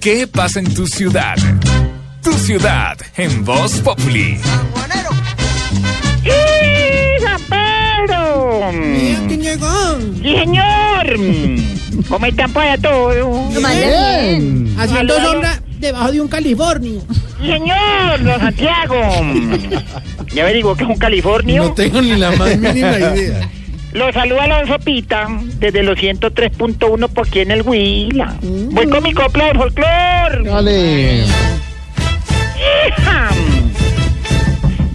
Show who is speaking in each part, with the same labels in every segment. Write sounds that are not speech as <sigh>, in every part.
Speaker 1: ¿Qué pasa en tu ciudad? Tu ciudad en Voz Populi.
Speaker 2: ¡Sí, San Pedro!
Speaker 3: Mm.
Speaker 4: ¿Quién llegó?
Speaker 2: ¡Sí, señor! ¿Cómo están para todos?
Speaker 4: Bien. Haciendo
Speaker 2: Hola.
Speaker 4: sombra debajo de un Californio.
Speaker 2: ¡Sí, señor! ¡Don Santiago! Ya averiguó que es un californio.
Speaker 3: tengo ni la más mínima idea.
Speaker 2: Lo saluda Alonso Pita desde los 103.1 por aquí en el Huila. Voy con mi copla de folclor.
Speaker 3: Dale.
Speaker 2: ¡Hija!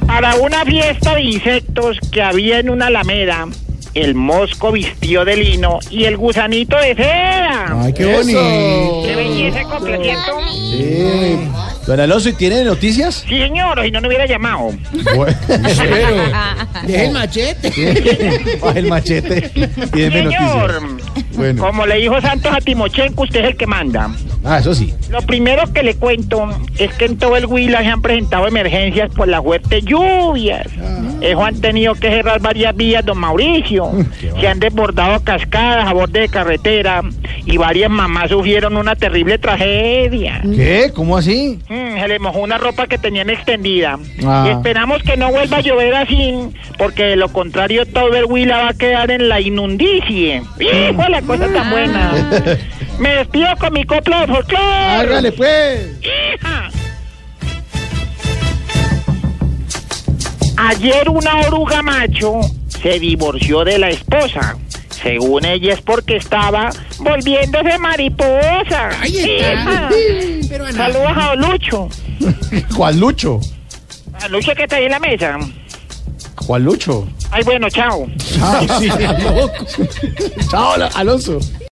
Speaker 2: Para una fiesta de insectos que había en una alameda, el mosco vistió de lino y el gusanito de seda.
Speaker 3: Ay, qué bonito.
Speaker 2: ¡Qué
Speaker 3: Oh.
Speaker 2: belleza complaciendo!
Speaker 3: Sí. Don Alonso, ¿y tiene noticias?
Speaker 2: Sí, señor, o si no, no hubiera llamado.
Speaker 3: <laughs> Bueno,
Speaker 4: Deja el machete.
Speaker 3: baja el machete y deme
Speaker 2: Señor,
Speaker 3: noticias. Bueno,
Speaker 2: como le dijo Santos a Timochenko, usted es el que manda.
Speaker 3: ah, eso sí.
Speaker 2: Lo primero que le cuento es que en todo el Huila se han presentado emergencias por las fuertes lluvias.
Speaker 3: Ah.
Speaker 2: Eso han tenido que cerrar varias vías, don Mauricio. Se han desbordado cascadas a borde de carretera y varias mamás sufrieron una terrible tragedia.
Speaker 3: ¿Qué? ¿Cómo así?
Speaker 2: Mm, se le mojó una ropa que tenían extendida.
Speaker 3: Ah.
Speaker 2: Y esperamos que no vuelva a llover así, porque de lo contrario todo el Huila va a quedar en la inundicie. ¡Hijo, la cosa tan buena!
Speaker 3: Ah. <laughs>
Speaker 2: Me despido con mi copla de folclore.
Speaker 3: Hágale, pues.
Speaker 2: ¡Hija! Ayer una oruga macho se divorció de la esposa. Según ella es porque estaba volviéndose mariposa.
Speaker 4: Ahí está.
Speaker 2: ¡Hija!
Speaker 4: Pero Ana,
Speaker 2: Saludos a Lucho.
Speaker 3: Juan Lucho.
Speaker 2: A Lucho que está ahí en la mesa.
Speaker 3: Juan Lucho. <laughs>
Speaker 2: Ay, bueno, chao.
Speaker 3: Chao, Alonso.